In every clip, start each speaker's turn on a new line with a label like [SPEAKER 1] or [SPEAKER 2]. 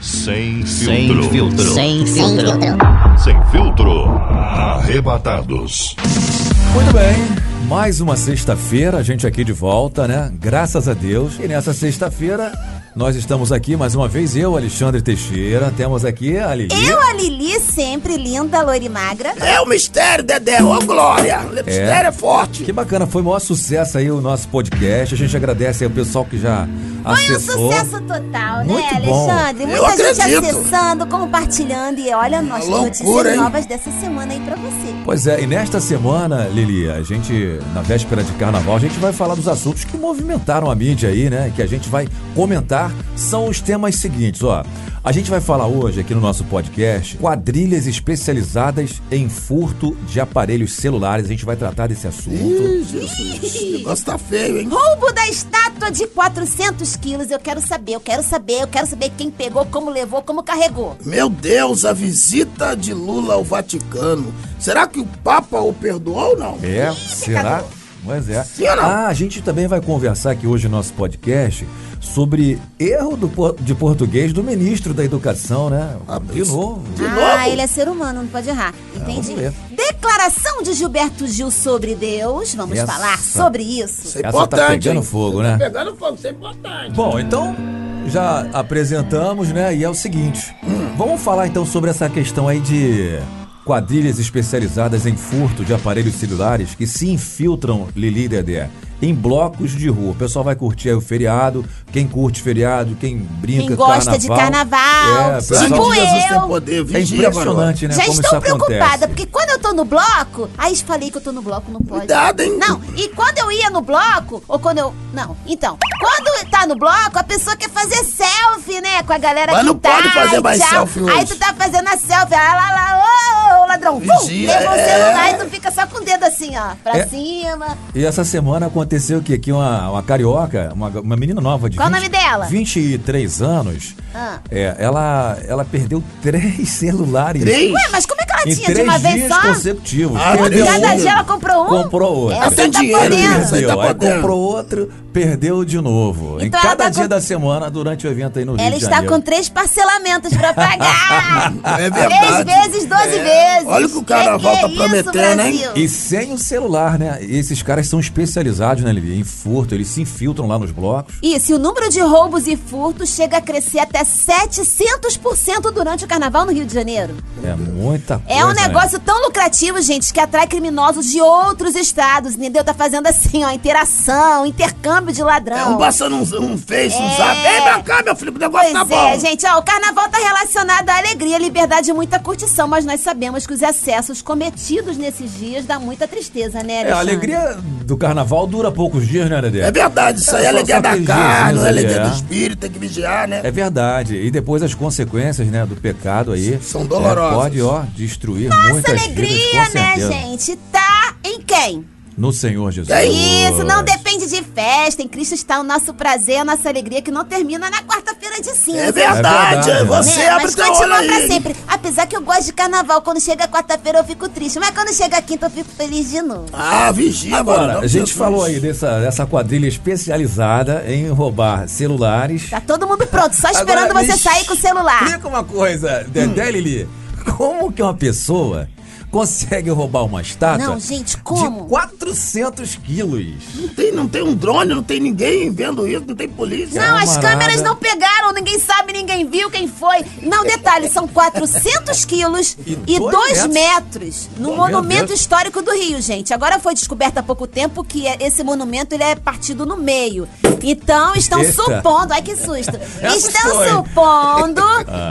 [SPEAKER 1] Sem filtro. Sem filtro.
[SPEAKER 2] Sem
[SPEAKER 3] Então.
[SPEAKER 2] filtro.
[SPEAKER 1] Sem filtro. Arrebatados.
[SPEAKER 3] Muito bem, mais uma sexta-feira, a gente aqui de volta, né? Graças a Deus. E nessa sexta-feira, nós estamos aqui mais uma vez, eu, Alexandre Teixeira, temos aqui a Lili.
[SPEAKER 2] Eu, a Lili, sempre linda, loira e magra.
[SPEAKER 4] É o mistério, Dedé, ô glória! O mistério é forte!
[SPEAKER 3] Que bacana, foi o maior sucesso aí o nosso podcast. A gente agradece aí o pessoal que já
[SPEAKER 2] Foi um
[SPEAKER 3] acessou.
[SPEAKER 2] sucesso total,
[SPEAKER 3] Muito
[SPEAKER 2] né,
[SPEAKER 3] bom.
[SPEAKER 2] Alexandre?
[SPEAKER 4] Eu
[SPEAKER 2] Muita gente
[SPEAKER 4] acredito.
[SPEAKER 2] acessando, compartilhando. E olha, nós
[SPEAKER 4] Uma
[SPEAKER 2] temos
[SPEAKER 4] loucura,
[SPEAKER 2] notícias
[SPEAKER 4] hein?
[SPEAKER 2] novas dessa semana aí pra você.
[SPEAKER 3] Pois é, e nesta semana, Lili, a gente, na véspera de carnaval, a gente vai falar dos assuntos que movimentaram a mídia aí, né? Que a gente vai comentar. São os temas seguintes, ó. A gente vai falar hoje aqui no nosso podcast quadrilhas especializadas em furto de aparelhos celulares. A gente vai tratar desse assunto.
[SPEAKER 4] Ih, Jesus, o negócio tá feio, hein?
[SPEAKER 2] Roubo da estátua de 400 quilos. Eu quero saber, eu quero saber, eu quero saber quem pegou, como levou, como carregou.
[SPEAKER 4] Meu Deus, a visita de Lula ao Vaticano. Será que o Papa o perdoou ou não?
[SPEAKER 3] É, será? Mas é.
[SPEAKER 4] Sim ou não?
[SPEAKER 3] Ah, a gente também vai conversar aqui hoje no nosso podcast sobre erro do por- de português do ministro da Educação, né?
[SPEAKER 4] Ah,
[SPEAKER 3] De novo. Ah,
[SPEAKER 4] De
[SPEAKER 2] ah,
[SPEAKER 4] novo?
[SPEAKER 2] ele é ser humano, não pode errar. Entendi.
[SPEAKER 3] vamos ver.
[SPEAKER 2] Declaração de Gilberto Gil sobre Deus. Vamos
[SPEAKER 3] Essa-
[SPEAKER 2] falar sobre isso.
[SPEAKER 4] Isso é
[SPEAKER 3] Essa tá
[SPEAKER 4] importante,
[SPEAKER 3] pegando
[SPEAKER 4] hein?
[SPEAKER 3] fogo, né?
[SPEAKER 4] Pegando fogo, isso é importante.
[SPEAKER 3] Bom, então já apresentamos, né? E é o seguinte: vamos falar então sobre essa questão aí de quadrilhas especializadas em furto de aparelhos celulares que se infiltram, Lili e Dedé, em blocos de rua. O pessoal vai curtir aí o feriado, quem curte feriado, quem brinca
[SPEAKER 2] Quem gosta de carnaval,
[SPEAKER 3] É,
[SPEAKER 2] tipo
[SPEAKER 3] pessoal,
[SPEAKER 4] Sangue de Jesus
[SPEAKER 2] eu.
[SPEAKER 4] tem poder,
[SPEAKER 3] é
[SPEAKER 4] vigia,
[SPEAKER 3] impressionante, né?
[SPEAKER 2] Já
[SPEAKER 3] como
[SPEAKER 2] estou
[SPEAKER 3] isso acontece.
[SPEAKER 2] preocupada, porque quando eu tô no bloco, aí falei que eu tô no bloco, não pode.
[SPEAKER 4] Cuidado, hein?
[SPEAKER 2] Não, e quando eu ia no bloco, ou quando eu. Não, então, quando tá no bloco, a pessoa quer fazer selfie, né? Com a galera
[SPEAKER 4] Mas
[SPEAKER 2] que
[SPEAKER 4] não
[SPEAKER 2] tá.
[SPEAKER 4] pode fazer
[SPEAKER 2] e
[SPEAKER 4] mais
[SPEAKER 2] tchau.
[SPEAKER 4] selfie hoje.
[SPEAKER 2] Aí tu tá fazendo a selfie, aí lá, lá, ô, ô, ô, ladrão, pum,
[SPEAKER 4] Vigia,
[SPEAKER 2] levou o
[SPEAKER 4] é.
[SPEAKER 2] celular e tu fica só com o dedo assim, ó, pra
[SPEAKER 3] É.
[SPEAKER 2] cima.
[SPEAKER 3] E essa semana aconteceu que aqui uma, uma carioca, uma, uma menina nova de
[SPEAKER 2] Qual o nome dela?
[SPEAKER 3] 23 anos,
[SPEAKER 2] Ah.
[SPEAKER 3] é, ela, ela perdeu três celulares
[SPEAKER 4] Três?
[SPEAKER 2] Ué, mas como é que ela
[SPEAKER 3] em
[SPEAKER 2] tinha de uma
[SPEAKER 3] três
[SPEAKER 2] vez
[SPEAKER 3] dias
[SPEAKER 2] só?
[SPEAKER 3] consecutivos.
[SPEAKER 4] Ah,
[SPEAKER 3] Perdeu
[SPEAKER 4] três
[SPEAKER 2] Cada
[SPEAKER 4] Cada
[SPEAKER 3] um,
[SPEAKER 2] dia ela comprou um?
[SPEAKER 3] comprou outro.
[SPEAKER 2] Essa
[SPEAKER 4] Tem
[SPEAKER 2] tá
[SPEAKER 4] dinheiro,
[SPEAKER 2] podendo.
[SPEAKER 4] isso aí tá
[SPEAKER 3] Perdeu, aí
[SPEAKER 4] podendo.
[SPEAKER 3] comprou outro, perdeu de novo. em
[SPEAKER 2] Então ela
[SPEAKER 3] cada
[SPEAKER 2] tá
[SPEAKER 3] dia
[SPEAKER 2] com-
[SPEAKER 3] da semana, durante o evento aí no
[SPEAKER 2] Ela
[SPEAKER 3] Rio de
[SPEAKER 2] está
[SPEAKER 3] Janeiro.
[SPEAKER 2] com três parcelamentos pra pagar.
[SPEAKER 4] É verdade.
[SPEAKER 2] Três vezes, doze
[SPEAKER 4] É.
[SPEAKER 2] vezes.
[SPEAKER 4] Olha o que o carnaval
[SPEAKER 2] Que
[SPEAKER 4] tá
[SPEAKER 2] que é
[SPEAKER 4] prometendo, hein?
[SPEAKER 2] isso, Brasil?
[SPEAKER 3] E sem o celular, né? E esses caras são especializados, né, Livi? Em furto, eles se infiltram lá nos blocos.
[SPEAKER 2] Isso, e o número de roubos e furtos chega a crescer até 700% durante o carnaval no Rio de Janeiro.
[SPEAKER 3] É muita coisa.
[SPEAKER 2] É um
[SPEAKER 3] né?
[SPEAKER 2] negócio tão lucrativo, gente, que atrai criminosos de outros estados, entendeu? Tá fazendo assim, ó, interação, intercâmbio de
[SPEAKER 4] É
[SPEAKER 2] ladrão.
[SPEAKER 4] um passando um, um face, um
[SPEAKER 2] É.
[SPEAKER 4] zap. Vem pra cá, meu filho, o negócio
[SPEAKER 2] Pois
[SPEAKER 4] tá
[SPEAKER 2] é,
[SPEAKER 4] bom.
[SPEAKER 2] gente, ó, o carnaval tá relacionado à alegria, liberdade e muita curtição, mas nós sabemos que os excessos cometidos nesses dias dá muita tristeza, né,
[SPEAKER 3] É, a
[SPEAKER 2] Alexandre?
[SPEAKER 3] alegria do carnaval dura poucos dias, né, Dedé?
[SPEAKER 4] É verdade, isso aí é
[SPEAKER 3] Só-
[SPEAKER 4] alegria
[SPEAKER 3] só
[SPEAKER 4] da
[SPEAKER 3] aqueles
[SPEAKER 4] carne,
[SPEAKER 3] diazinhos
[SPEAKER 4] é
[SPEAKER 3] ali,
[SPEAKER 4] alegria
[SPEAKER 3] é.
[SPEAKER 4] do espírito, tem que vigiar, né?
[SPEAKER 3] É verdade. E depois as consequências, né, do pecado aí.
[SPEAKER 4] São dolorosas.
[SPEAKER 3] é, pode, ó, destruir
[SPEAKER 2] Essa
[SPEAKER 3] muitas vidas,
[SPEAKER 2] alegria,
[SPEAKER 3] com
[SPEAKER 2] né,
[SPEAKER 3] certeza.
[SPEAKER 2] gente, tá em quem?
[SPEAKER 3] No Senhor Jesus.
[SPEAKER 4] É
[SPEAKER 2] Isso, não depende de festa. Em Cristo está o nosso prazer, a nossa alegria, que não termina na quarta-feira de cinza.
[SPEAKER 4] É verdade,
[SPEAKER 3] É verdade.
[SPEAKER 4] você
[SPEAKER 2] Né?
[SPEAKER 4] abre
[SPEAKER 2] Mas
[SPEAKER 4] teu olho
[SPEAKER 2] continua pra
[SPEAKER 4] aí.
[SPEAKER 2] sempre. Apesar que eu gosto de carnaval, quando chega quarta-feira eu fico triste. Mas quando chega quinta eu fico feliz de novo.
[SPEAKER 4] Ah, vigia, mano.
[SPEAKER 3] Agora,
[SPEAKER 4] não,
[SPEAKER 3] a gente
[SPEAKER 4] Jesus.
[SPEAKER 3] falou aí dessa, dessa quadrilha especializada em roubar celulares.
[SPEAKER 2] Tá todo mundo pronto, só
[SPEAKER 3] Agora,
[SPEAKER 2] esperando você
[SPEAKER 3] me
[SPEAKER 2] sair com o celular.
[SPEAKER 3] Explica uma coisa, Dedé e Lili. Hum. Como que uma pessoa consegue roubar uma estátua
[SPEAKER 2] Não, gente, como?
[SPEAKER 3] de 400 quilos?
[SPEAKER 4] Não tem, não tem um drone, não tem ninguém vendo isso, não tem polícia.
[SPEAKER 2] Não, as
[SPEAKER 3] Camarada.
[SPEAKER 2] câmeras não pegaram, ninguém sabe, ninguém viu quem foi. Não, detalhe, são 400 quilos
[SPEAKER 3] E
[SPEAKER 2] e
[SPEAKER 3] dois
[SPEAKER 2] 2
[SPEAKER 3] metros.
[SPEAKER 2] metros no
[SPEAKER 3] Oh, meu
[SPEAKER 2] Monumento
[SPEAKER 3] Deus.
[SPEAKER 2] Histórico do Rio, gente. Agora foi descoberto há pouco tempo que é- esse monumento ele é partido no meio. Então, estão
[SPEAKER 3] Eita.
[SPEAKER 2] supondo... Ai, que susto. Estão
[SPEAKER 3] assustou, hein? Ah.
[SPEAKER 2] supondo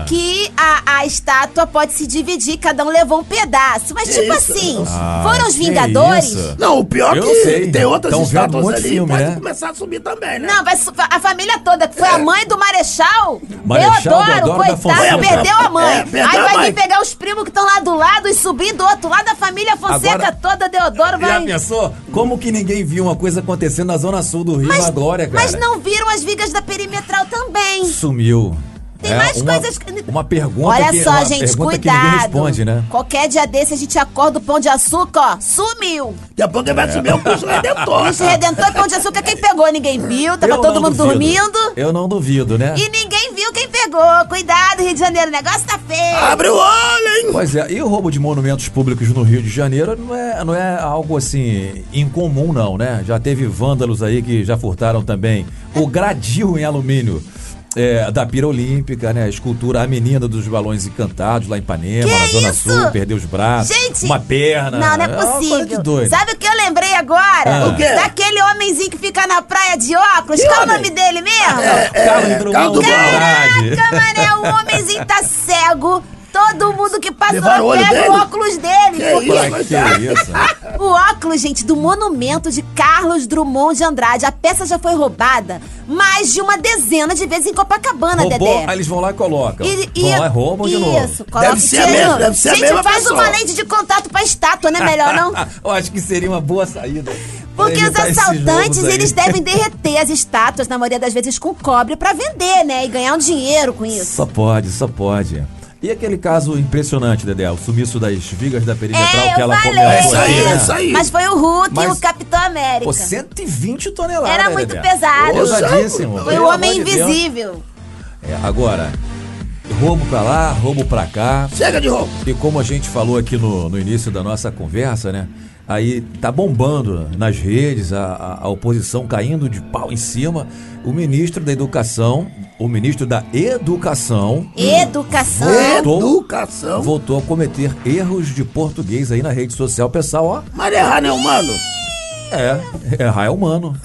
[SPEAKER 2] que a, a estátua pode se dividir, cada um levou um pedaço. Mas,
[SPEAKER 4] Que
[SPEAKER 2] tipo
[SPEAKER 4] isso?
[SPEAKER 2] assim,
[SPEAKER 3] Ah,
[SPEAKER 2] foram os
[SPEAKER 3] que
[SPEAKER 2] Vingadores...
[SPEAKER 3] isso?
[SPEAKER 4] Não, o pior é
[SPEAKER 3] Eu
[SPEAKER 4] que
[SPEAKER 3] não sei.
[SPEAKER 4] tem outras
[SPEAKER 3] Tão vendo
[SPEAKER 4] estátuas
[SPEAKER 3] muito
[SPEAKER 4] ali,
[SPEAKER 3] filme,
[SPEAKER 4] pode
[SPEAKER 3] né?
[SPEAKER 4] começar a subir também, né?
[SPEAKER 2] É. Não, vai su- a família toda. que Foi a mãe do Marechal.
[SPEAKER 3] É. Marechal
[SPEAKER 2] Deodoro,
[SPEAKER 3] Deodoro da
[SPEAKER 2] coitado,
[SPEAKER 3] Fonseca.
[SPEAKER 2] perdeu a mãe.
[SPEAKER 4] É, perdeu
[SPEAKER 2] Aí
[SPEAKER 4] a
[SPEAKER 2] vai
[SPEAKER 4] mãe.
[SPEAKER 2] vir pegar os primos que estão lá do lado e subir do outro lado. A família Fonseca
[SPEAKER 3] Agora-
[SPEAKER 2] toda, Deodoro
[SPEAKER 3] Já
[SPEAKER 2] vai.
[SPEAKER 3] pensou? Como que ninguém viu uma coisa acontecendo na zona sul do Rio, na Glória, cara?
[SPEAKER 2] Mas não viram as vigas da perimetral também.
[SPEAKER 3] Sumiu.
[SPEAKER 2] Tem tem
[SPEAKER 3] É,
[SPEAKER 2] mais
[SPEAKER 3] uma-
[SPEAKER 2] coisas.
[SPEAKER 3] Uma pergunta
[SPEAKER 2] Olha
[SPEAKER 3] que,
[SPEAKER 2] só,
[SPEAKER 3] uma
[SPEAKER 2] gente,
[SPEAKER 3] pergunta
[SPEAKER 2] cuidado.
[SPEAKER 3] que ninguém responde, né?
[SPEAKER 2] Qualquer dia desse a gente acorda o pão de açúcar, ó, sumiu.
[SPEAKER 4] Daqui a pouco ele vai subir o curso redentor.
[SPEAKER 2] Cristo Redentor e pão de açúcar, quem pegou? Ninguém viu, tava
[SPEAKER 3] Ah. Eu
[SPEAKER 2] todo
[SPEAKER 3] não
[SPEAKER 2] mundo
[SPEAKER 3] duvido.
[SPEAKER 2] dormindo.
[SPEAKER 3] Eu não duvido, né?
[SPEAKER 2] E ninguém viu quem pegou. Cuidado, Rio de Janeiro, o negócio tá feio.
[SPEAKER 4] Abre o olho, hein?
[SPEAKER 3] Pois é, e o roubo de monumentos públicos no Rio de Janeiro não é, não é algo assim incomum, não, né? Já teve vândalos aí que já furtaram também o gradil em alumínio. é, da Pira Olímpica, né? A escultura A Menina dos Balões Encantados, lá em Ipanema,
[SPEAKER 2] Que
[SPEAKER 3] na Zona
[SPEAKER 2] isso?
[SPEAKER 3] Sul, perdeu os braços,
[SPEAKER 2] Gente!
[SPEAKER 3] Ah, uma perna.
[SPEAKER 2] Não, não é
[SPEAKER 3] uma coisa
[SPEAKER 2] possível.
[SPEAKER 3] de doido.
[SPEAKER 2] Sabe o que eu lembrei agora?
[SPEAKER 3] Ah.
[SPEAKER 4] O quê?
[SPEAKER 2] Daquele homenzinho que fica na praia de óculos.
[SPEAKER 4] Que
[SPEAKER 2] Qual o
[SPEAKER 4] homem?
[SPEAKER 2] nome dele mesmo?
[SPEAKER 3] É, Carlos Drummond
[SPEAKER 4] Carlos
[SPEAKER 3] de
[SPEAKER 4] Drummond.
[SPEAKER 3] Andrade.
[SPEAKER 2] Caraca, mané, o homenzinho tá cego. Todo mundo que passa
[SPEAKER 4] Levaram o
[SPEAKER 2] lá
[SPEAKER 4] olho
[SPEAKER 2] pega
[SPEAKER 4] dele?
[SPEAKER 2] o óculos dele.
[SPEAKER 4] Que
[SPEAKER 2] porque
[SPEAKER 4] isso?
[SPEAKER 3] Pra que isso?
[SPEAKER 2] O óculos, gente, do monumento de Carlos Drummond de Andrade. A peça já foi roubada mais de uma dezena de vezes em Copacabana,
[SPEAKER 3] Roubou, aí
[SPEAKER 2] Dedé.
[SPEAKER 3] eles vão lá e colocam.
[SPEAKER 2] E- e-
[SPEAKER 3] vão lá e roubam de novo.
[SPEAKER 2] Isso, coloca
[SPEAKER 4] Deve
[SPEAKER 2] e
[SPEAKER 4] ser a
[SPEAKER 2] tira de
[SPEAKER 4] mesma-
[SPEAKER 2] novo.
[SPEAKER 4] deve ser a
[SPEAKER 2] Gente,
[SPEAKER 4] mesma
[SPEAKER 2] faz
[SPEAKER 4] pessoa.
[SPEAKER 2] uma lente de contato pra estátua, né? Melhor não?
[SPEAKER 3] Eu acho que seria uma boa saída. pra
[SPEAKER 2] Porque os
[SPEAKER 3] evitar esses
[SPEAKER 2] assaltantes,
[SPEAKER 3] roubos aí.
[SPEAKER 2] eles devem derreter as estátuas, na maioria das vezes, com cobre pra vender, né? E ganhar um dinheiro com isso.
[SPEAKER 3] Só pode, só pode. E aquele caso impressionante, Dedé, o sumiço das vigas da perimetral tá
[SPEAKER 2] É,
[SPEAKER 3] que ela comeu.
[SPEAKER 4] isso aí, é isso aí.
[SPEAKER 2] Mas foi o Hulk e
[SPEAKER 3] Mas-
[SPEAKER 2] o Capitão América.
[SPEAKER 3] Pô, 120 toneladas.
[SPEAKER 2] Era
[SPEAKER 3] né,
[SPEAKER 2] muito
[SPEAKER 3] Dedé?
[SPEAKER 2] pesado.
[SPEAKER 3] Pesadíssimo.
[SPEAKER 2] Foi o
[SPEAKER 3] pelo
[SPEAKER 2] homem
[SPEAKER 3] amor de Deus.
[SPEAKER 2] invisível.
[SPEAKER 3] É, agora, roubo pra lá, roubo pra cá.
[SPEAKER 4] Chega de roubo.
[SPEAKER 3] E como a gente falou aqui no, no início da nossa conversa, né? Aí tá bombando nas redes, a, a- a oposição caindo de pau em cima. O ministro da Educação, o ministro da Educação,
[SPEAKER 2] Educação.
[SPEAKER 3] É. voltou,
[SPEAKER 4] Educação.
[SPEAKER 3] voltou a cometer erros de português aí na rede social. Pessoal, ó,
[SPEAKER 4] Mas errar não é humano.
[SPEAKER 3] é, errar é humano.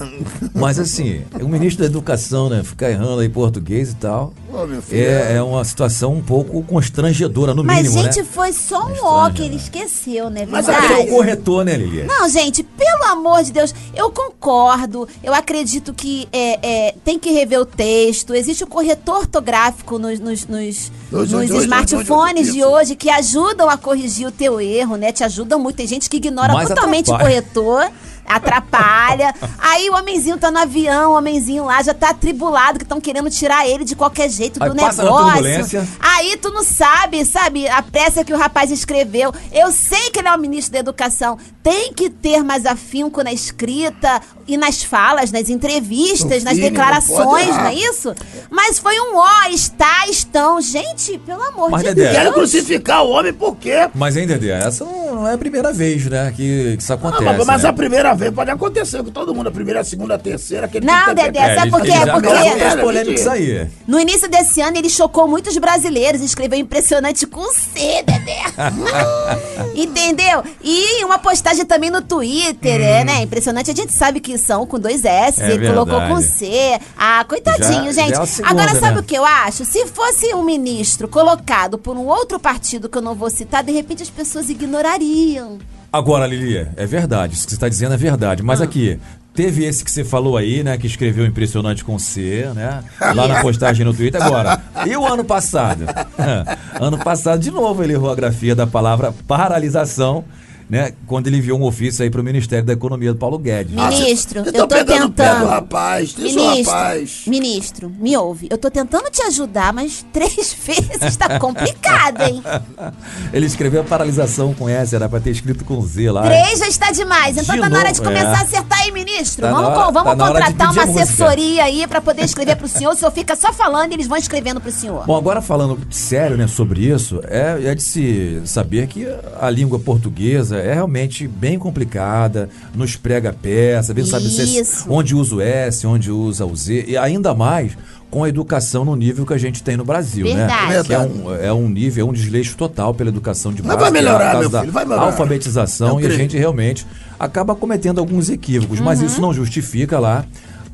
[SPEAKER 3] Mas assim, o ministro da Educação, né? Ficar errando aí português e tal.
[SPEAKER 4] Ô, meu filho.
[SPEAKER 3] É, é uma situação um pouco constrangedora, no
[SPEAKER 2] Mas,
[SPEAKER 3] mínimo,
[SPEAKER 2] gente,
[SPEAKER 3] né?
[SPEAKER 2] foi só um
[SPEAKER 3] Estranho,
[SPEAKER 2] ó que ele
[SPEAKER 3] né?
[SPEAKER 2] esqueceu, né?
[SPEAKER 4] Mas
[SPEAKER 2] verdade?
[SPEAKER 3] Foi o corretor, né, Lili?
[SPEAKER 2] Não, gente, pelo amor de Deus, eu concordo. Eu acredito que é, é, tem que rever o texto. Existe o corretor ortográfico nos, nos, nos- nos
[SPEAKER 4] Hoje, hoje, hoje,
[SPEAKER 2] smartphones
[SPEAKER 4] hoje, hoje,
[SPEAKER 2] de
[SPEAKER 4] isso.
[SPEAKER 2] hoje que ajudam a corrigir o teu erro, né? Te ajudam muito. Tem gente que ignora
[SPEAKER 3] Mas
[SPEAKER 2] totalmente
[SPEAKER 3] atrapalha.
[SPEAKER 2] o corretor. Atrapalha. Aí o homenzinho tá no avião, o homenzinho lá já tá atribulado, que estão querendo tirar ele de qualquer jeito
[SPEAKER 3] Aí
[SPEAKER 2] do
[SPEAKER 3] passa na
[SPEAKER 2] negócio.
[SPEAKER 3] turbulência.
[SPEAKER 2] Aí tu não sabe, sabe, a pressa que o rapaz escreveu. Eu sei que ele é o ministro da educação. Tem que ter mais afinco na escrita e nas falas, nas entrevistas,
[SPEAKER 4] Meu
[SPEAKER 2] nas
[SPEAKER 4] filho, não
[SPEAKER 2] declarações,
[SPEAKER 4] pode
[SPEAKER 2] não,
[SPEAKER 4] errar.
[SPEAKER 2] é isso? Mas foi um ó, está, estão. Gente, pelo amor
[SPEAKER 3] Mas,
[SPEAKER 2] de
[SPEAKER 3] Dedé,
[SPEAKER 4] Quero
[SPEAKER 2] Deus.
[SPEAKER 4] crucificar o homem por quê?
[SPEAKER 3] Mas, hein, Dedé, essa não não é a primeira vez, né, que, que isso
[SPEAKER 4] Ah,
[SPEAKER 3] acontece.
[SPEAKER 4] mas, mas
[SPEAKER 3] né?
[SPEAKER 4] a primeira vez pode acontecer com todo mundo. A primeira, a segunda, a terceira. Aquele tipo
[SPEAKER 2] Não,
[SPEAKER 4] que tem que-
[SPEAKER 2] Dedé, sabe
[SPEAKER 3] eles-
[SPEAKER 2] por quê? É
[SPEAKER 4] é
[SPEAKER 3] eles É, já
[SPEAKER 2] Porque-
[SPEAKER 3] fizeram outras
[SPEAKER 4] Era
[SPEAKER 3] polêmicas
[SPEAKER 4] mentira.
[SPEAKER 3] aí.
[SPEAKER 2] No início desse ano, ele chocou muitos brasileiros. Escreveu impressionante com C, Dedé. Entendeu? E uma postagem também no Twitter, é, né? Impressionante. A gente sabe que são com dois S,
[SPEAKER 3] É
[SPEAKER 2] colocou
[SPEAKER 3] verdade.
[SPEAKER 2] com C. Ah, coitadinho,
[SPEAKER 3] Já- já é
[SPEAKER 2] gente.
[SPEAKER 3] a segunda,
[SPEAKER 2] Agora, sabe
[SPEAKER 3] né?
[SPEAKER 2] o que eu acho? Se fosse um ministro colocado por um outro partido que eu não vou citar, de repente as pessoas ignorariam.
[SPEAKER 3] Agora, Lili, é verdade. Isso que você está dizendo é verdade. Mas aqui, teve esse que você falou aí, né? Que escreveu impressionante com C, né? Lá na postagem no Twitter. Agora, e o ano passado? ano passado, de novo, ele errou a grafia da palavra paralisação. Né, quando ele enviou um ofício aí para o Ministério da Economia do Paulo Guedes.
[SPEAKER 4] Ah, cê-
[SPEAKER 2] Ministro,
[SPEAKER 4] cê
[SPEAKER 2] eu
[SPEAKER 4] tá
[SPEAKER 2] tô
[SPEAKER 4] pegando o pé
[SPEAKER 2] tentando.
[SPEAKER 4] do rapaz,
[SPEAKER 3] é
[SPEAKER 4] deixa o
[SPEAKER 2] Ministro,
[SPEAKER 4] rapaz.
[SPEAKER 2] ministro, me ouve. Eu tô tentando te ajudar, mas três vezes tá complicado, hein?
[SPEAKER 3] Ele escreveu paralisação com S, era para ter escrito com Z lá.
[SPEAKER 2] Três já está demais. Então
[SPEAKER 3] De
[SPEAKER 2] tá na hora de
[SPEAKER 3] novo,
[SPEAKER 2] começar
[SPEAKER 3] é.
[SPEAKER 2] a acertar aí, ministro.
[SPEAKER 3] Tá na
[SPEAKER 2] vamos
[SPEAKER 3] hora-
[SPEAKER 2] co- vamos
[SPEAKER 3] tá na hora de
[SPEAKER 2] contratar uma
[SPEAKER 3] pedir música.
[SPEAKER 2] assessoria aí pra poder escrever pro senhor. O senhor fica só falando e eles vão escrevendo pro senhor.
[SPEAKER 3] Bom, agora falando sério, né, sobre isso, é, é de se saber que a língua portuguesa é realmente bem complicada, nos prega peça, a gente sabe se- é
[SPEAKER 2] Isso.
[SPEAKER 3] onde usa o S, onde usa o Z, e ainda mais com a educação no nível que a gente tem no Brasil, né?
[SPEAKER 2] Verdade.
[SPEAKER 3] Que é um, é um nível, é um desleixo total pela educação de
[SPEAKER 4] Mas
[SPEAKER 3] base.
[SPEAKER 4] vai
[SPEAKER 3] que é a
[SPEAKER 4] melhorar,
[SPEAKER 3] causa
[SPEAKER 4] meu
[SPEAKER 3] da
[SPEAKER 4] filho, vai melhorar.
[SPEAKER 3] Alfabetização
[SPEAKER 4] Eu
[SPEAKER 3] e a
[SPEAKER 4] creio.
[SPEAKER 3] gente realmente acaba cometendo alguns equívocos, mas
[SPEAKER 2] Uhum.
[SPEAKER 3] isso não justifica lá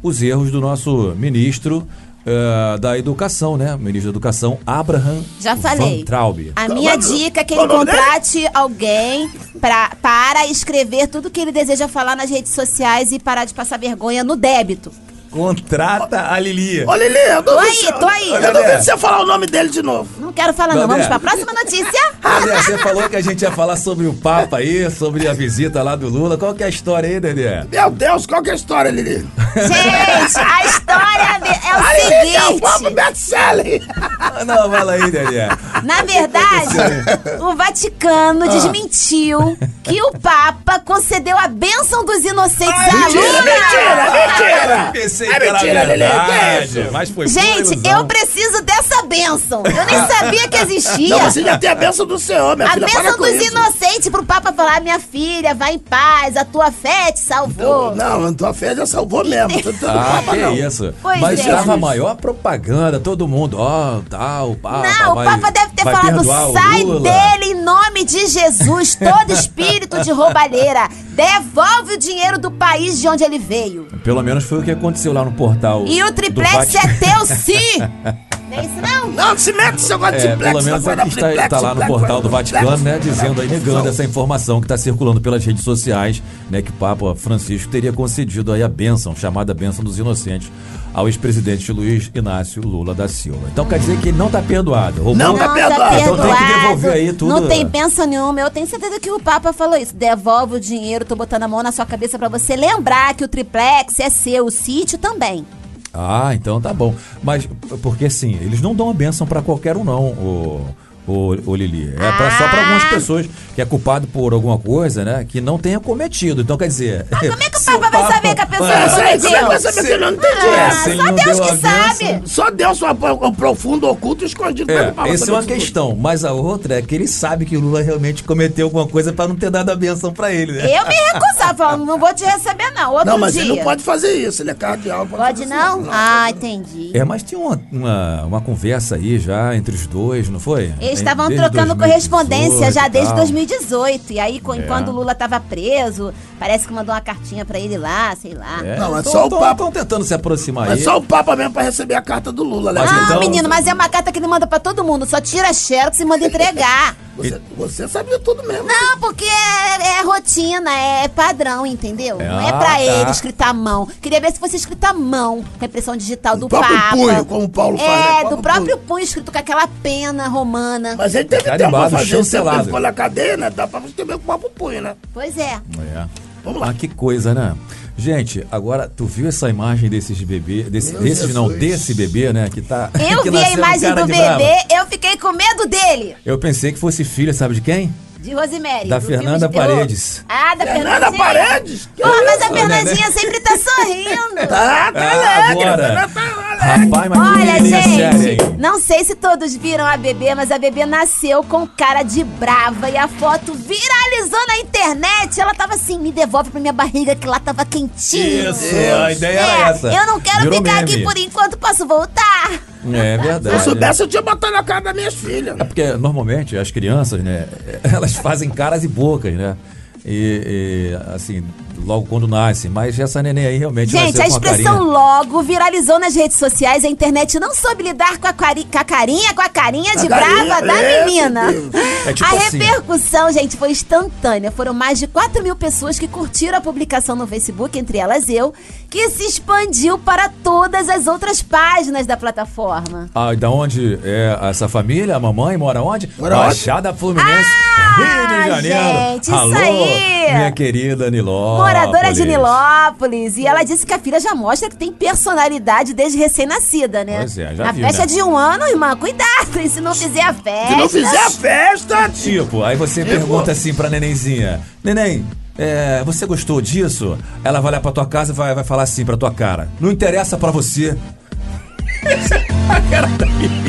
[SPEAKER 3] os erros do nosso ministro eh, da Educação, né? Ministro da Educação, Abraham
[SPEAKER 2] Já falei.
[SPEAKER 3] Van Traub.
[SPEAKER 2] A minha
[SPEAKER 4] Mas-
[SPEAKER 2] dica é que
[SPEAKER 4] qual
[SPEAKER 2] ele
[SPEAKER 4] o
[SPEAKER 3] né?
[SPEAKER 4] nome dele?
[SPEAKER 2] contrate alguém pra, para escrever tudo que ele deseja falar nas redes sociais e parar de passar vergonha no débito.
[SPEAKER 3] Contrata a Lili.
[SPEAKER 4] Ô, Lili, eu tô
[SPEAKER 2] Tô
[SPEAKER 4] vendo
[SPEAKER 2] aí,
[SPEAKER 4] se-
[SPEAKER 2] tô aí.
[SPEAKER 4] Eu tô vendo você falar o nome dele de novo.
[SPEAKER 2] Não quero falar, não. Vamos
[SPEAKER 3] Valéria.
[SPEAKER 2] pra próxima notícia.
[SPEAKER 3] Dedé, você falou que a gente ia falar sobre o Papa aí, sobre a visita lá do Lula. Qual que é a história aí, Dedé?
[SPEAKER 4] Meu Deus, qual que é a história, Lili?
[SPEAKER 2] Gente, a história de-
[SPEAKER 4] A Lili é
[SPEAKER 2] é
[SPEAKER 4] o
[SPEAKER 2] o seguinte.
[SPEAKER 4] papo best-seller.
[SPEAKER 3] Ah, Não, fala aí, Dedé.
[SPEAKER 2] Na verdade, o
[SPEAKER 4] Ah.
[SPEAKER 2] Vaticano desmentiu que o Papa concedeu a bênção dos inocentes à
[SPEAKER 4] Mentira,
[SPEAKER 2] Lula.
[SPEAKER 4] mentira, mentira.
[SPEAKER 3] Pensei
[SPEAKER 4] É
[SPEAKER 3] que era
[SPEAKER 4] mentira, Lili, que é
[SPEAKER 3] verdade,
[SPEAKER 4] isso?
[SPEAKER 3] mas foi pura
[SPEAKER 2] Gente,
[SPEAKER 3] ilusão.
[SPEAKER 2] eu preciso dessa bênção. Eu nem sabia que existia.
[SPEAKER 4] Ah. Não, você já tem a bênção do Senhor, minha
[SPEAKER 2] A
[SPEAKER 4] filha, para
[SPEAKER 2] bênção
[SPEAKER 4] com
[SPEAKER 2] dos
[SPEAKER 4] isso.
[SPEAKER 2] inocentes pro Papa falar, minha filha, vai em paz, a tua fé te salvou.
[SPEAKER 4] Não, a tua fé já salvou mesmo. Tu- tu não
[SPEAKER 3] Ah,
[SPEAKER 4] papa,
[SPEAKER 3] que
[SPEAKER 4] não.
[SPEAKER 3] isso.
[SPEAKER 2] Pois
[SPEAKER 3] Mas
[SPEAKER 2] é.
[SPEAKER 3] tava a maior propaganda, todo mundo, ó, tá, o Papa
[SPEAKER 2] Não,
[SPEAKER 3] vai,
[SPEAKER 2] o Papa deve ter
[SPEAKER 3] vai
[SPEAKER 2] falado,
[SPEAKER 3] perdoar o
[SPEAKER 2] sai
[SPEAKER 3] Lula."
[SPEAKER 2] dele em nome de Jesus, todo espírito de roubalheira. Devolve o dinheiro do país de onde ele veio.
[SPEAKER 3] Pelo menos foi o que aconteceu lá no portal
[SPEAKER 2] E o
[SPEAKER 3] do
[SPEAKER 2] triplex é
[SPEAKER 3] Vaticano.
[SPEAKER 2] teu sim! Não é isso não?
[SPEAKER 4] Não, se mete seu negócio de
[SPEAKER 3] É,
[SPEAKER 4] plex,
[SPEAKER 3] pelo menos
[SPEAKER 4] vai
[SPEAKER 3] é
[SPEAKER 4] dar
[SPEAKER 3] que está,
[SPEAKER 4] plex,
[SPEAKER 3] está lá no
[SPEAKER 4] plex,
[SPEAKER 3] portal do
[SPEAKER 4] plex,
[SPEAKER 3] Vaticano,
[SPEAKER 4] plex.
[SPEAKER 3] né, dizendo aí, negando essa informação que está circulando pelas redes sociais, né, que o Papa Francisco teria concedido aí a bênção, chamada bênção dos inocentes, ao ex-presidente Luiz Inácio Lula da Silva. Então quer dizer que ele não está perdoado. Roubou,
[SPEAKER 4] Não tá
[SPEAKER 2] Não,
[SPEAKER 4] perdoado.
[SPEAKER 2] tá
[SPEAKER 4] Então
[SPEAKER 3] tem que
[SPEAKER 2] perdoado.
[SPEAKER 3] devolver aí tudo.
[SPEAKER 2] Não tem bênção nenhuma. Eu tenho certeza que o Papa falou isso. Devolve o dinheiro, tô botando a mão na sua cabeça pra você lembrar que o triplex é seu, o sítio também.
[SPEAKER 3] Ah, então tá bom. Mas porque assim, eles não dão a bênção pra qualquer um, não, o, o, o Lili. É pra- só pra
[SPEAKER 2] Ah!
[SPEAKER 3] algumas pessoas que é culpado por alguma coisa, né? Que não tenha cometido. Então quer dizer.
[SPEAKER 2] Mas como é que o
[SPEAKER 3] se
[SPEAKER 2] Papa vai saber que a pessoa
[SPEAKER 3] É,
[SPEAKER 4] Eu
[SPEAKER 2] não
[SPEAKER 4] sei,
[SPEAKER 2] cometeu?
[SPEAKER 4] como é que vai saber que eu não entendi?
[SPEAKER 2] Ah,
[SPEAKER 3] se ele
[SPEAKER 2] só
[SPEAKER 3] não
[SPEAKER 2] Deus
[SPEAKER 3] deu
[SPEAKER 2] que
[SPEAKER 3] a
[SPEAKER 2] sabe.
[SPEAKER 3] bênção.
[SPEAKER 4] Só Deus só o o profundo, oculto, escondido. como que o Papa
[SPEAKER 3] É, essa é
[SPEAKER 4] sabe
[SPEAKER 3] uma
[SPEAKER 4] disso tudo?
[SPEAKER 3] questão, mas a outra é que ele sabe que o Lula realmente cometeu alguma coisa pra não ter dado a benção pra ele, né?
[SPEAKER 2] Eu me recusava, falando, não vou te receber não, outro
[SPEAKER 4] Não, mas
[SPEAKER 2] dia.
[SPEAKER 4] ele não pode fazer isso, ele é cardeal.
[SPEAKER 2] Pode
[SPEAKER 4] fazer
[SPEAKER 2] não?
[SPEAKER 4] isso,
[SPEAKER 2] Ah, entendi.
[SPEAKER 3] É, mas tinha uma, uma, uma conversa aí já entre os dois, não foi?
[SPEAKER 2] Eles estavam
[SPEAKER 3] Desde
[SPEAKER 2] trocando
[SPEAKER 3] 2018
[SPEAKER 2] correspondência já
[SPEAKER 3] e
[SPEAKER 2] desde
[SPEAKER 3] tal.
[SPEAKER 2] 2018. E aí, co-
[SPEAKER 3] É.
[SPEAKER 2] quando o Lula tava preso, parece que mandou uma cartinha pra ele lá, sei lá.
[SPEAKER 3] É,
[SPEAKER 4] Não, é
[SPEAKER 3] então-
[SPEAKER 4] só o
[SPEAKER 3] então-
[SPEAKER 4] Papa.
[SPEAKER 3] Estão tentando se aproximar
[SPEAKER 4] É
[SPEAKER 3] aí.
[SPEAKER 4] só o Papa mesmo pra receber a carta do Lula, né?
[SPEAKER 3] Mas
[SPEAKER 2] Ah,
[SPEAKER 3] então-
[SPEAKER 2] menino, mas é uma carta que ele manda pra todo mundo. Só tira xerox e manda entregar.
[SPEAKER 4] Você, você sabe de tudo mesmo.
[SPEAKER 2] Não, porque é, é rotina, é padrão, entendeu? Não é pra
[SPEAKER 3] Ah, tá.
[SPEAKER 2] ele escrita à mão. Queria ver se fosse escrita à mão, repressão digital do
[SPEAKER 4] próprio
[SPEAKER 2] Papa.
[SPEAKER 4] punho, como o Paulo
[SPEAKER 2] é,
[SPEAKER 4] faz, né?
[SPEAKER 2] do
[SPEAKER 4] Próprio
[SPEAKER 2] próprio punho, escrito com aquela pena romana.
[SPEAKER 4] Mas ele teve tempo pra
[SPEAKER 3] Carimbado,
[SPEAKER 4] fazer isso, tempo que ele
[SPEAKER 3] chancelado.
[SPEAKER 4] ficou na cadeia, né? Dá pra você ver com o papo punho, né?
[SPEAKER 2] Pois é.
[SPEAKER 3] É.
[SPEAKER 4] Vamos lá.
[SPEAKER 3] Ah, que coisa, né? Gente, agora tu viu essa imagem desses bebês, desse,
[SPEAKER 4] Meu
[SPEAKER 3] desses não,
[SPEAKER 4] Jesus.
[SPEAKER 3] desse bebê, né, que tá
[SPEAKER 2] Eu
[SPEAKER 3] que
[SPEAKER 2] vi a
[SPEAKER 3] nasceu um
[SPEAKER 2] imagem
[SPEAKER 3] cara
[SPEAKER 2] do
[SPEAKER 3] de brava.
[SPEAKER 2] bebê, eu fiquei com medo dele.
[SPEAKER 3] Eu pensei que fosse filho, sabe de quem?
[SPEAKER 2] De Rosemary.
[SPEAKER 3] Da
[SPEAKER 2] do filme
[SPEAKER 3] Fernanda
[SPEAKER 2] de terror.
[SPEAKER 3] Paredes.
[SPEAKER 2] Ah, da Fernanda
[SPEAKER 4] Fernanda Paredes? Que
[SPEAKER 2] Pô, mas a
[SPEAKER 4] isso?
[SPEAKER 2] Fernandinha sempre tá sorrindo.
[SPEAKER 4] Tá, tá
[SPEAKER 3] Ah,
[SPEAKER 4] alegre,
[SPEAKER 3] agora.
[SPEAKER 4] tá alegre.
[SPEAKER 3] Rapaz, mas que
[SPEAKER 2] Olha,
[SPEAKER 3] menininha séria, hein?
[SPEAKER 2] gente, não sei se todos viram a bebê, mas a bebê nasceu com cara de brava e a foto viralizou na internet. Ela tava assim, me devolve pra minha barriga que lá tava quentinho.
[SPEAKER 3] Isso, a ideia era
[SPEAKER 2] É,
[SPEAKER 3] essa.
[SPEAKER 2] eu não quero
[SPEAKER 3] Virou
[SPEAKER 2] ficar
[SPEAKER 3] meme.
[SPEAKER 2] aqui por enquanto, posso voltar?
[SPEAKER 3] É
[SPEAKER 4] Se eu
[SPEAKER 3] verdade. né?
[SPEAKER 4] soubesse, eu tinha botado na cara das minhas filhas.
[SPEAKER 3] É porque normalmente as crianças, né, elas fazem caras e bocas, né? E, e, assim, logo quando nascem. Mas essa neném aí realmente
[SPEAKER 2] Gente,
[SPEAKER 3] nasceu
[SPEAKER 2] a
[SPEAKER 3] com uma
[SPEAKER 2] expressão
[SPEAKER 3] carinha.
[SPEAKER 2] logo viralizou nas redes sociais. A internet não soube lidar com a, quari- com a carinha, com a carinha de
[SPEAKER 4] A carinha,
[SPEAKER 2] brava da
[SPEAKER 4] é,
[SPEAKER 2] menina.
[SPEAKER 4] meu Deus.
[SPEAKER 3] É tipo
[SPEAKER 2] a
[SPEAKER 3] assim.
[SPEAKER 2] repercussão, gente, foi instantânea. Foram mais de 4 mil pessoas que curtiram a publicação no Facebook, entre elas eu, que se expandiu para todas as outras páginas da plataforma.
[SPEAKER 3] Ah, e da onde é essa família? A mamãe mora onde?
[SPEAKER 4] Mora onde?
[SPEAKER 3] Baixada Fluminense, Rio de Janeiro.
[SPEAKER 2] Ah, gente, isso
[SPEAKER 3] Alô,
[SPEAKER 2] aí.
[SPEAKER 3] minha querida Nilópolis.
[SPEAKER 2] Moradora de Nilópolis. E ela disse que a filha já mostra que tem personalidade desde recém-nascida, né?
[SPEAKER 3] Pois é, já
[SPEAKER 2] A
[SPEAKER 3] viu,
[SPEAKER 2] festa
[SPEAKER 3] né?
[SPEAKER 2] de um ano, irmã, cuidado. E se não fizer a festa.
[SPEAKER 4] Se não fizer a festa, tio.
[SPEAKER 3] Tipo, aí você pergunta assim pra nenenzinha: Neném, é, você gostou disso? Ela vai lá pra tua casa e vai, vai falar assim pra tua cara: Não interessa pra você.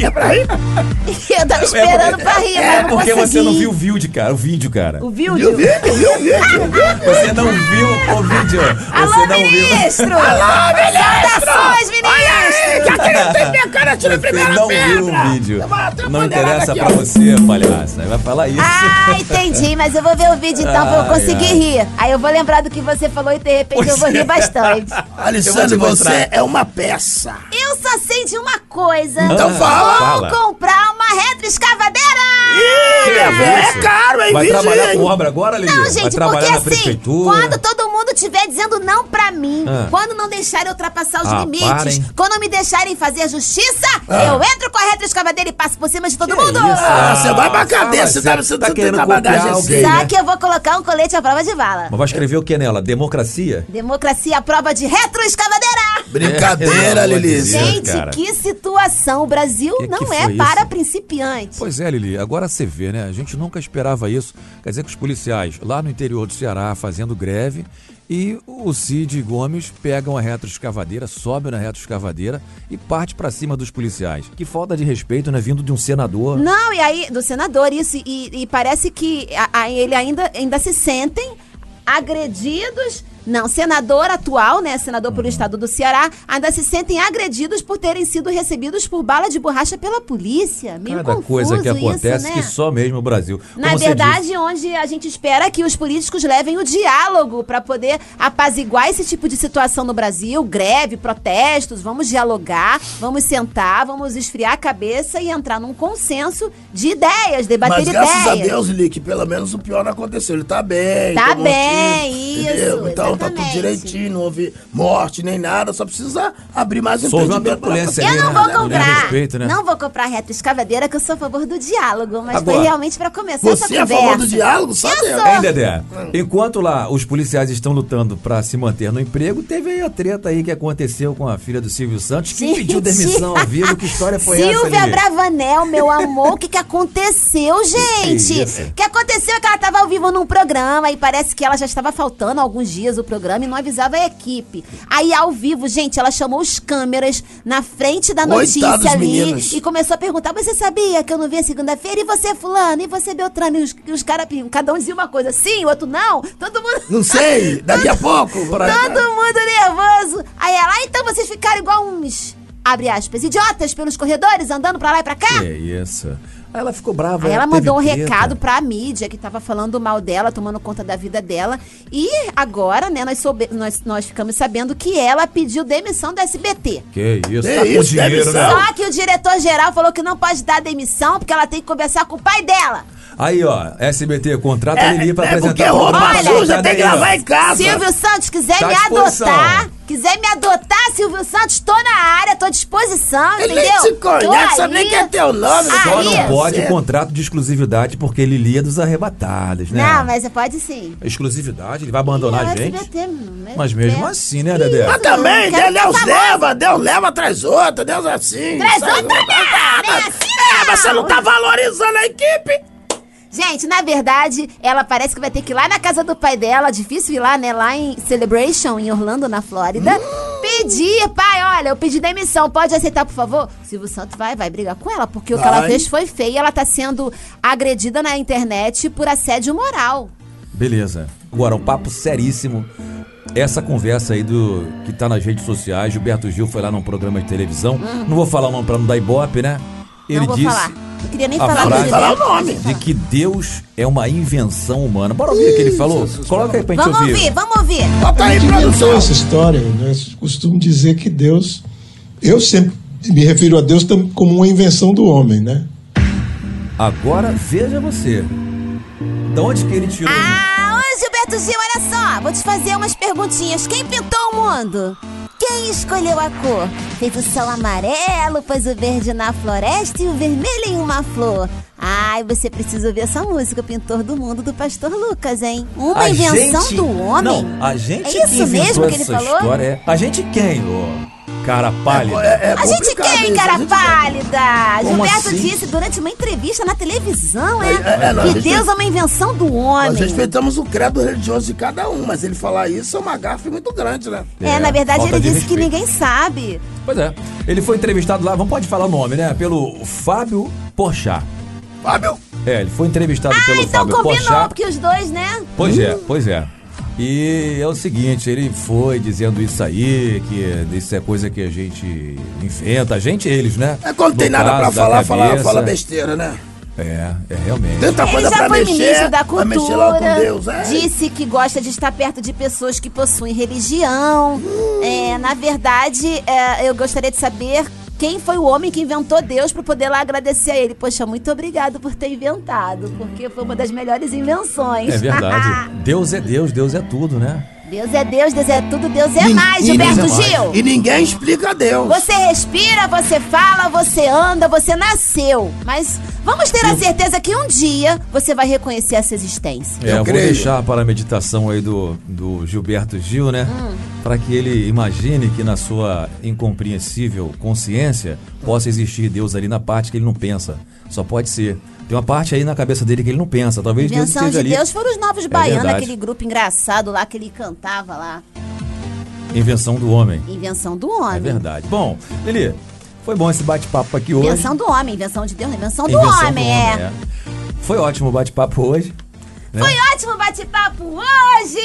[SPEAKER 4] É pra rir.
[SPEAKER 2] Eu tava esperando pra rir, mas
[SPEAKER 3] É
[SPEAKER 2] não
[SPEAKER 3] porque
[SPEAKER 2] consegui.
[SPEAKER 3] você não viu o vídeo, cara. O vídeo, cara.
[SPEAKER 2] O
[SPEAKER 4] Viu,
[SPEAKER 2] vídeo?
[SPEAKER 4] viu, viu, viu, viu.
[SPEAKER 3] Você não viu o vídeo. Você
[SPEAKER 2] Alô,
[SPEAKER 3] não viu.
[SPEAKER 2] ministro! Saudações, ministro!
[SPEAKER 4] Que aquele tem minha cara, tira a
[SPEAKER 3] Você
[SPEAKER 4] primeira
[SPEAKER 3] não
[SPEAKER 4] pedra.
[SPEAKER 3] viu o vídeo.
[SPEAKER 4] Eu vou até
[SPEAKER 3] Não
[SPEAKER 4] mandar
[SPEAKER 3] interessa
[SPEAKER 4] aqui,
[SPEAKER 3] pra
[SPEAKER 4] ó.
[SPEAKER 3] você, palhaça. Vai falar isso.
[SPEAKER 2] Ah, entendi, mas eu vou ver o vídeo então pra eu
[SPEAKER 3] Ai,
[SPEAKER 2] conseguir
[SPEAKER 3] ai. é.
[SPEAKER 2] rir. Aí eu vou lembrar do que você falou e de repente eu vou rir bastante.
[SPEAKER 4] Alessandro,
[SPEAKER 3] Eu vou te
[SPEAKER 4] você
[SPEAKER 3] mostrar.
[SPEAKER 4] é uma peça.
[SPEAKER 2] Eu só sei de uma coisa.
[SPEAKER 4] Então
[SPEAKER 3] Ah,
[SPEAKER 4] fala.
[SPEAKER 3] fala.
[SPEAKER 2] Vou comprar uma retroescavadeira!
[SPEAKER 4] Ih, minha
[SPEAKER 3] Que
[SPEAKER 4] velha,
[SPEAKER 3] isso?
[SPEAKER 4] é caro, hein,
[SPEAKER 3] Vai
[SPEAKER 4] Virgínia,
[SPEAKER 3] trabalhar
[SPEAKER 4] hein?
[SPEAKER 3] com obra agora, Lili?
[SPEAKER 2] Não,
[SPEAKER 3] Vai
[SPEAKER 2] gente,
[SPEAKER 3] trabalhar
[SPEAKER 2] porque
[SPEAKER 3] na
[SPEAKER 2] assim,
[SPEAKER 3] prefeitura.
[SPEAKER 2] quando todo mundo estiver dizendo não pra mim,
[SPEAKER 3] Ah.
[SPEAKER 2] quando não deixarem eu ultrapassar os
[SPEAKER 3] Ah,
[SPEAKER 2] limites,
[SPEAKER 3] parem. Ah.
[SPEAKER 2] quando me deixarem fazer justiça, eu entro com a retroescavadeira e passo por cima de todo mundo.
[SPEAKER 4] Ah, você vai pra cadeia, você tá- você
[SPEAKER 3] tá
[SPEAKER 4] tem
[SPEAKER 3] querendo
[SPEAKER 4] uma bagagem
[SPEAKER 3] copiar
[SPEAKER 4] assim.
[SPEAKER 3] alguém,
[SPEAKER 2] Só
[SPEAKER 3] né?
[SPEAKER 2] que eu vou colocar um colete à prova de bala.
[SPEAKER 3] Mas vai escrever o que nela? Democracia?
[SPEAKER 2] Democracia à prova de retroescavadeira!
[SPEAKER 4] Brincadeira,
[SPEAKER 3] É, pelo amor de
[SPEAKER 4] Lili.
[SPEAKER 3] Deus.
[SPEAKER 2] Gente,
[SPEAKER 3] cara.
[SPEAKER 2] que situação! O Brasil
[SPEAKER 3] Que que
[SPEAKER 2] não é
[SPEAKER 3] foi isso?
[SPEAKER 2] para principiantes.
[SPEAKER 3] Pois é, Lili, agora você vê, né? A gente nunca esperava isso. Quer dizer que os policiais lá no interior do Ceará fazendo greve e o Cid Gomes pegam a retroescavadeira, sobe na retroescavadeira e parte pra cima dos policiais. Que falta de respeito, né? Vindo de um senador.
[SPEAKER 2] Não, e aí, do senador, isso, e, e parece que a, a- ele ainda, ainda se sentem agredidos. Não, senador atual, né? Senador pelo estado do Ceará, ainda se sentem agredidos por terem sido recebidos por bala de borracha pela polícia. Meio
[SPEAKER 3] Cada
[SPEAKER 2] confuso
[SPEAKER 3] coisa que acontece
[SPEAKER 2] isso, né?
[SPEAKER 3] que só mesmo o Brasil.
[SPEAKER 2] Na
[SPEAKER 3] Como você
[SPEAKER 2] verdade, onde a gente espera que os políticos levem o diálogo para poder apaziguar esse tipo de situação no Brasil, greve, protestos, vamos dialogar, vamos sentar, vamos esfriar a cabeça e entrar num consenso de ideias, debater
[SPEAKER 4] Mas
[SPEAKER 2] ideias.
[SPEAKER 4] graças a Deus, Lili, que pelo menos o pior não aconteceu. Ele tá bem.
[SPEAKER 2] Tá
[SPEAKER 4] tomou
[SPEAKER 2] bem,
[SPEAKER 4] tiro,
[SPEAKER 2] isso,
[SPEAKER 4] entendeu? Então tá tudo
[SPEAKER 2] exatamente.
[SPEAKER 4] direitinho, não houve morte nem nada, só precisa abrir mais um
[SPEAKER 3] Só houve uma
[SPEAKER 4] empreendimento pra
[SPEAKER 3] turbulência
[SPEAKER 2] Eu
[SPEAKER 3] ali,
[SPEAKER 4] fazer
[SPEAKER 2] não
[SPEAKER 3] né?
[SPEAKER 2] vou
[SPEAKER 4] nada, né?
[SPEAKER 2] comprar.
[SPEAKER 3] respeito, né?
[SPEAKER 2] Não vou comprar retroescavadeira, que eu sou a favor do diálogo, mas
[SPEAKER 3] Agora,
[SPEAKER 2] foi realmente para começar essa
[SPEAKER 4] Você é a
[SPEAKER 2] conversa.
[SPEAKER 4] favor do diálogo? Só
[SPEAKER 2] Eu
[SPEAKER 4] Deus.
[SPEAKER 2] sou.
[SPEAKER 3] Hein, Dedé? Enquanto lá os policiais estão lutando pra se manter no emprego, teve aí a treta aí que aconteceu com a filha do Silvio Santos, que
[SPEAKER 2] Gente.
[SPEAKER 3] pediu demissão ao vivo. Que história foi essa,
[SPEAKER 2] Silvia
[SPEAKER 3] Lili?
[SPEAKER 2] Bravanel, meu amor, o que, que aconteceu, gente?
[SPEAKER 3] isso?
[SPEAKER 2] O que aconteceu é que ela estava ao vivo num programa e parece que ela já estava faltando alguns dias o programa e não avisava a equipe. Aí, ao vivo, gente, ela chamou os câmeras na frente da notícia
[SPEAKER 4] Coitados,
[SPEAKER 2] ali
[SPEAKER 4] meninos.
[SPEAKER 2] e começou a perguntar: Você sabia que eu não vinha segunda-feira? E você, Fulano? E você, Beltrano? E os, e os caras, cada um dizia uma coisa sim, o outro não. Todo mundo.
[SPEAKER 4] Não sei, daqui a pouco. né,
[SPEAKER 2] Todo mundo nervoso. Aí ela, "Ah, então vocês ficaram igual uns, abre aspas, idiotas pelos corredores, andando pra lá e pra cá?
[SPEAKER 3] Que isso. Aí ela ficou brava.
[SPEAKER 4] É,
[SPEAKER 2] Aí ela
[SPEAKER 3] teve
[SPEAKER 2] mandou um
[SPEAKER 3] treta.
[SPEAKER 2] recado pra mídia que tava falando mal dela, tomando conta da vida dela. E agora, né, nós, soube- nós, nós ficamos sabendo que ela pediu demissão do SBT.
[SPEAKER 3] Que isso,
[SPEAKER 4] Que
[SPEAKER 3] tá com
[SPEAKER 4] isso,
[SPEAKER 3] dinheiro,
[SPEAKER 4] demissão.
[SPEAKER 3] né?
[SPEAKER 2] Só que o diretor-geral falou que não pode dar demissão porque ela tem que conversar com o pai dela.
[SPEAKER 3] Aí, ó, SBT, contrata a Lili pra
[SPEAKER 4] é porque
[SPEAKER 3] apresentar o
[SPEAKER 4] roupa
[SPEAKER 3] programa.
[SPEAKER 2] Olha,
[SPEAKER 4] suja
[SPEAKER 3] Tá
[SPEAKER 4] tem que
[SPEAKER 3] aí, ó.
[SPEAKER 4] lavar em casa.
[SPEAKER 2] Silvio Santos, quiser
[SPEAKER 3] Tá à
[SPEAKER 2] me
[SPEAKER 3] disposição.
[SPEAKER 2] adotar, quiser me adotar, Silvio Santos, tô na área, tô à disposição,
[SPEAKER 4] Ele nem
[SPEAKER 2] entendeu?
[SPEAKER 4] te conhece,
[SPEAKER 2] Tô
[SPEAKER 4] sabe nem
[SPEAKER 2] aí.
[SPEAKER 4] quem é teu nome.
[SPEAKER 2] Aí.
[SPEAKER 3] Só não pode
[SPEAKER 4] Certo.
[SPEAKER 3] contrato de exclusividade, porque Lili é dos arrebatados, né?
[SPEAKER 2] Não, mas é pode sim.
[SPEAKER 3] Exclusividade, ele vai abandonar a
[SPEAKER 2] Não,
[SPEAKER 3] gente.
[SPEAKER 2] SBT, não,
[SPEAKER 3] Mas mesmo
[SPEAKER 2] é.
[SPEAKER 3] assim, né, Dedé?
[SPEAKER 4] Mas também,
[SPEAKER 2] Não, quero
[SPEAKER 4] Deus
[SPEAKER 2] ficar
[SPEAKER 4] leva, Deus leva, traz outra, Deus assim.
[SPEAKER 2] Traz
[SPEAKER 4] sabe? tá-
[SPEAKER 2] outra não, nem assim
[SPEAKER 4] É, você não tá valorizando a equipe.
[SPEAKER 2] Gente, na verdade, ela parece que vai ter que ir lá na casa do pai dela, difícil ir lá, né? Lá em Celebration, em Orlando, na Flórida. Pedir, pai, olha, eu pedi demissão, pode aceitar, por favor? Silvio Santos vai, vai brigar com ela, porque o que ela
[SPEAKER 4] Vai.
[SPEAKER 2] fez foi feio e ela tá sendo agredida na internet por assédio moral.
[SPEAKER 3] Beleza. Agora, um papo seríssimo. Essa conversa aí do que tá nas redes sociais, Gilberto Gil foi lá num programa de televisão. Não vou falar o nome pra não dar ibope, né? Ele
[SPEAKER 2] Hum. Não vou
[SPEAKER 3] disse
[SPEAKER 2] falar. Não queria nem
[SPEAKER 3] a
[SPEAKER 2] falar
[SPEAKER 3] frase- tá
[SPEAKER 2] dele,
[SPEAKER 4] Falar o
[SPEAKER 2] né?
[SPEAKER 4] nome.
[SPEAKER 3] de que Deus é uma invenção humana. Bora ouvir o que ele falou? Coloca aí pra gente
[SPEAKER 2] Vamos
[SPEAKER 3] ouvir.
[SPEAKER 2] ouvir, vamos ouvir.
[SPEAKER 4] Bota aí,
[SPEAKER 5] inventou
[SPEAKER 4] produção.
[SPEAKER 5] essa história. Né? Costumo dizer que Deus. Eu sempre me refiro a Deus tam- como uma invenção do homem, né?
[SPEAKER 3] Agora veja você. De onde que ele tirou?
[SPEAKER 2] Ah, ô Gilberto Gil, olha só, vou te fazer umas perguntinhas. Quem pintou o mundo? Quem escolheu a cor? Fez o sol amarelo, pôs o verde na floresta e o vermelho em uma flor. Ai, você precisa ouvir essa música, Pintor do Mundo, do Pastor Lucas, hein? Uma
[SPEAKER 3] A
[SPEAKER 2] invenção
[SPEAKER 3] gente-
[SPEAKER 2] do homem?
[SPEAKER 3] Não, a gente
[SPEAKER 2] É
[SPEAKER 3] que
[SPEAKER 2] isso
[SPEAKER 3] inventou
[SPEAKER 2] mesmo que ele
[SPEAKER 3] essa
[SPEAKER 2] falou? É,
[SPEAKER 3] História. é- A gente quem, ô? Cara pálida.
[SPEAKER 4] É
[SPEAKER 2] a gente quem, cara pálida?
[SPEAKER 3] Como
[SPEAKER 2] Gilberto
[SPEAKER 3] assim?
[SPEAKER 2] disse durante uma entrevista na televisão, é?
[SPEAKER 4] É, é, não,
[SPEAKER 2] que
[SPEAKER 4] deixa eu-
[SPEAKER 2] Deus é uma invenção do
[SPEAKER 4] Nós
[SPEAKER 2] homem.
[SPEAKER 4] respeitamos o credo religioso de cada um, mas ele falar isso é uma gafe muito grande, né?
[SPEAKER 2] É,
[SPEAKER 3] É,
[SPEAKER 2] na verdade
[SPEAKER 3] falta
[SPEAKER 2] ele
[SPEAKER 3] de
[SPEAKER 2] disse que
[SPEAKER 3] respeito.
[SPEAKER 2] ninguém sabe.
[SPEAKER 3] Pois é. Ele foi entrevistado lá, vamos pode falar o nome, né? Pelo Fábio Porchat.
[SPEAKER 4] Fábio,
[SPEAKER 3] É, ele foi entrevistado pelo
[SPEAKER 2] Ah, então
[SPEAKER 3] Fábio
[SPEAKER 2] combinou,
[SPEAKER 3] Porchat.
[SPEAKER 2] porque os dois, né?
[SPEAKER 3] Pois é, pois é. E é o seguinte, ele foi dizendo isso aí, que isso é coisa que a gente inventa, a gente e eles, né?
[SPEAKER 4] é quando
[SPEAKER 3] No
[SPEAKER 4] tem nada pra
[SPEAKER 3] caso da
[SPEAKER 4] falar, fala,
[SPEAKER 3] cabeça.
[SPEAKER 4] fala besteira, né?
[SPEAKER 3] É, é realmente.
[SPEAKER 4] Tanta
[SPEAKER 2] Ele
[SPEAKER 4] coisa
[SPEAKER 2] já
[SPEAKER 4] pra
[SPEAKER 2] foi
[SPEAKER 4] mexer,
[SPEAKER 2] ministro da
[SPEAKER 4] pra mexer logo com Deus,
[SPEAKER 2] cultura,
[SPEAKER 4] é.
[SPEAKER 2] disse que gosta de estar perto de pessoas que possuem religião. É, na verdade, é, eu gostaria de saber quem foi o homem que inventou Deus pra poder lá agradecer a ele. Poxa, muito obrigado por ter inventado, porque foi uma das melhores invenções.
[SPEAKER 3] É verdade. Deus é Deus, Deus é tudo, né?
[SPEAKER 2] Deus é Deus, Deus é tudo, Deus é
[SPEAKER 4] E-
[SPEAKER 2] mais,
[SPEAKER 4] e-
[SPEAKER 2] Gilberto
[SPEAKER 4] Deus é mais.
[SPEAKER 2] Gil.
[SPEAKER 4] E ninguém explica Deus.
[SPEAKER 2] Você respira, você fala, você anda, você nasceu. Mas vamos ter a certeza que um dia você vai reconhecer essa existência.
[SPEAKER 3] É,
[SPEAKER 4] Eu
[SPEAKER 3] eu vou
[SPEAKER 4] creio.
[SPEAKER 3] deixar para a meditação aí do, do Gilberto Gil, né?
[SPEAKER 2] Hum.
[SPEAKER 3] Para que ele imagine que na sua incompreensível consciência possa existir Deus ali na parte que ele não pensa. Só pode ser. Tem uma parte aí na cabeça dele que ele não pensa. Talvez Deus
[SPEAKER 2] Invenção
[SPEAKER 3] esteja
[SPEAKER 2] de
[SPEAKER 3] ali. É
[SPEAKER 2] Deus foram os novos baianos,
[SPEAKER 3] verdade.
[SPEAKER 2] aquele grupo engraçado lá que ele cantava lá.
[SPEAKER 3] Invenção do homem.
[SPEAKER 2] Invenção do
[SPEAKER 3] É
[SPEAKER 2] homem.
[SPEAKER 3] verdade. Bom, Lili, foi bom esse bate-papo aqui hoje.
[SPEAKER 2] invenção do homem, invenção de Deus, não, invenção,
[SPEAKER 3] Invenção
[SPEAKER 2] do homem, é.
[SPEAKER 3] Foi ótimo o bate-papo hoje. né?
[SPEAKER 2] Foi ótimo bate-papo hoje!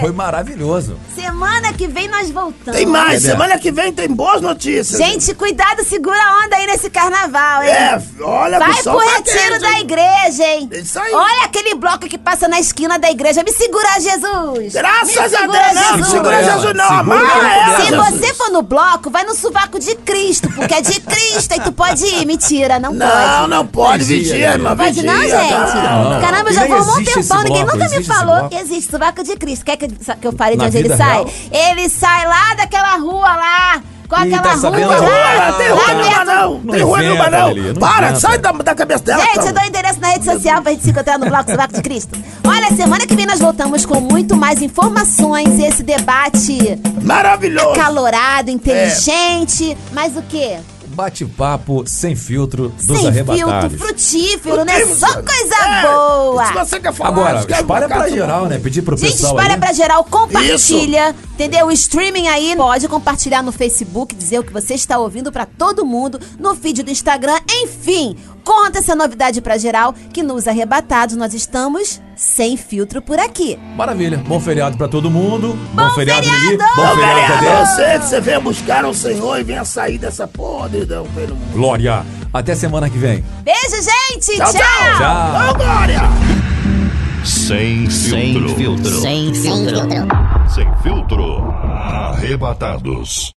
[SPEAKER 3] Foi maravilhoso.
[SPEAKER 2] Semana que vem nós voltamos.
[SPEAKER 4] Tem mais,
[SPEAKER 3] Cadê?
[SPEAKER 4] semana que vem tem boas notícias.
[SPEAKER 2] Gente, cuidado, segura a onda aí nesse carnaval, hein?
[SPEAKER 4] é, olha
[SPEAKER 2] Vai
[SPEAKER 4] que o
[SPEAKER 2] pro
[SPEAKER 4] sol tá
[SPEAKER 2] retiro
[SPEAKER 4] quente,
[SPEAKER 2] da
[SPEAKER 4] hein?
[SPEAKER 2] igreja, hein?
[SPEAKER 4] É isso aí.
[SPEAKER 2] Olha aquele bloco que passa na esquina da igreja. Me segura, Jesus! Me
[SPEAKER 4] Graças a
[SPEAKER 2] segura,
[SPEAKER 4] Deus, não, não segura Ah,
[SPEAKER 3] Segura
[SPEAKER 4] Jesus não,
[SPEAKER 3] ela,
[SPEAKER 4] amarra
[SPEAKER 3] segura
[SPEAKER 4] ela.
[SPEAKER 3] ela.
[SPEAKER 2] Se
[SPEAKER 4] Jesus.
[SPEAKER 2] você for no bloco, vai no sovaco de Cristo, porque é de Cristo e tu pode ir. Mentira, não,
[SPEAKER 4] Não,
[SPEAKER 2] pode. né?
[SPEAKER 4] não pode,
[SPEAKER 3] Vigia,
[SPEAKER 4] vigia,
[SPEAKER 3] vigia.
[SPEAKER 4] irmã,
[SPEAKER 2] Pode
[SPEAKER 4] vigia.
[SPEAKER 2] não, gente?
[SPEAKER 4] tá?
[SPEAKER 3] não.
[SPEAKER 2] Caramba, eu já
[SPEAKER 3] Nem
[SPEAKER 2] vou há um bom
[SPEAKER 3] existe esse
[SPEAKER 2] tempão. Ninguém
[SPEAKER 3] bloco,
[SPEAKER 2] nunca me
[SPEAKER 3] existe esse
[SPEAKER 2] falou
[SPEAKER 3] bloco?
[SPEAKER 2] que existe sovaco de Cristo. Quer que, que eu fale
[SPEAKER 3] Na
[SPEAKER 2] de onde ele
[SPEAKER 3] vida
[SPEAKER 2] sai?
[SPEAKER 3] real?
[SPEAKER 2] Ele sai lá daquela rua lá. Com
[SPEAKER 3] Ih, tá
[SPEAKER 2] aquela
[SPEAKER 3] sabendo?
[SPEAKER 2] rua lá.
[SPEAKER 3] Não,
[SPEAKER 4] Ah,
[SPEAKER 2] lá
[SPEAKER 4] tem rua
[SPEAKER 2] perto
[SPEAKER 4] nenhuma não,
[SPEAKER 3] Não
[SPEAKER 4] tem rua
[SPEAKER 3] inventa,
[SPEAKER 4] nenhuma não.
[SPEAKER 3] Lili, não
[SPEAKER 4] Para,
[SPEAKER 3] inventa.
[SPEAKER 4] sai da, da cabeça dela.
[SPEAKER 3] Tá
[SPEAKER 2] Gente,
[SPEAKER 4] então.
[SPEAKER 2] eu dou o endereço na rede social pra gente se encontrar no Bloco Sovaco de Cristo. Olha, semana que vem nós voltamos com muito mais informações. Esse debate
[SPEAKER 4] Maravilhoso.
[SPEAKER 2] calorado, inteligente,
[SPEAKER 3] É.
[SPEAKER 2] mas o quê?
[SPEAKER 3] Bate-papo sem filtro dos
[SPEAKER 2] Sem filtro,
[SPEAKER 3] arrebatados.
[SPEAKER 2] frutífero, né?
[SPEAKER 4] Temos,
[SPEAKER 2] Só
[SPEAKER 4] cara.
[SPEAKER 2] coisa
[SPEAKER 4] É,
[SPEAKER 2] boa!
[SPEAKER 4] Se você quer falar, é
[SPEAKER 3] Agora,
[SPEAKER 4] se quer
[SPEAKER 3] espalha
[SPEAKER 4] marcar,
[SPEAKER 3] pra
[SPEAKER 4] você-
[SPEAKER 3] geral, né? Pedir pro
[SPEAKER 2] Gente,
[SPEAKER 3] pessoal
[SPEAKER 2] espalha
[SPEAKER 3] aí.
[SPEAKER 2] pra geral, compartilha, entendeu? O streaming aí pode compartilhar no Facebook, dizer o que você está ouvindo pra todo mundo, no feed do Instagram, enfim. Conta essa novidade pra geral, que nos arrebatados nós estamos sem filtro por aqui.
[SPEAKER 3] Maravilha. Bom feriado pra todo mundo. Bom, feriado,
[SPEAKER 2] feriado!
[SPEAKER 3] Lili.
[SPEAKER 4] Ô,
[SPEAKER 3] Bom feriado,
[SPEAKER 4] galera,
[SPEAKER 3] Tadeu.
[SPEAKER 4] você que você venha buscar o Senhor e venha sair dessa podridão pelo mundo.
[SPEAKER 3] Glória. Até semana que vem.
[SPEAKER 2] Beijo, gente!
[SPEAKER 4] Tchau, tchau.
[SPEAKER 2] tchau.
[SPEAKER 3] Tchau.
[SPEAKER 4] Ô, Glória.
[SPEAKER 1] Sem filtro.
[SPEAKER 6] Sem filtro.
[SPEAKER 1] Sem filtro. Arrebatados.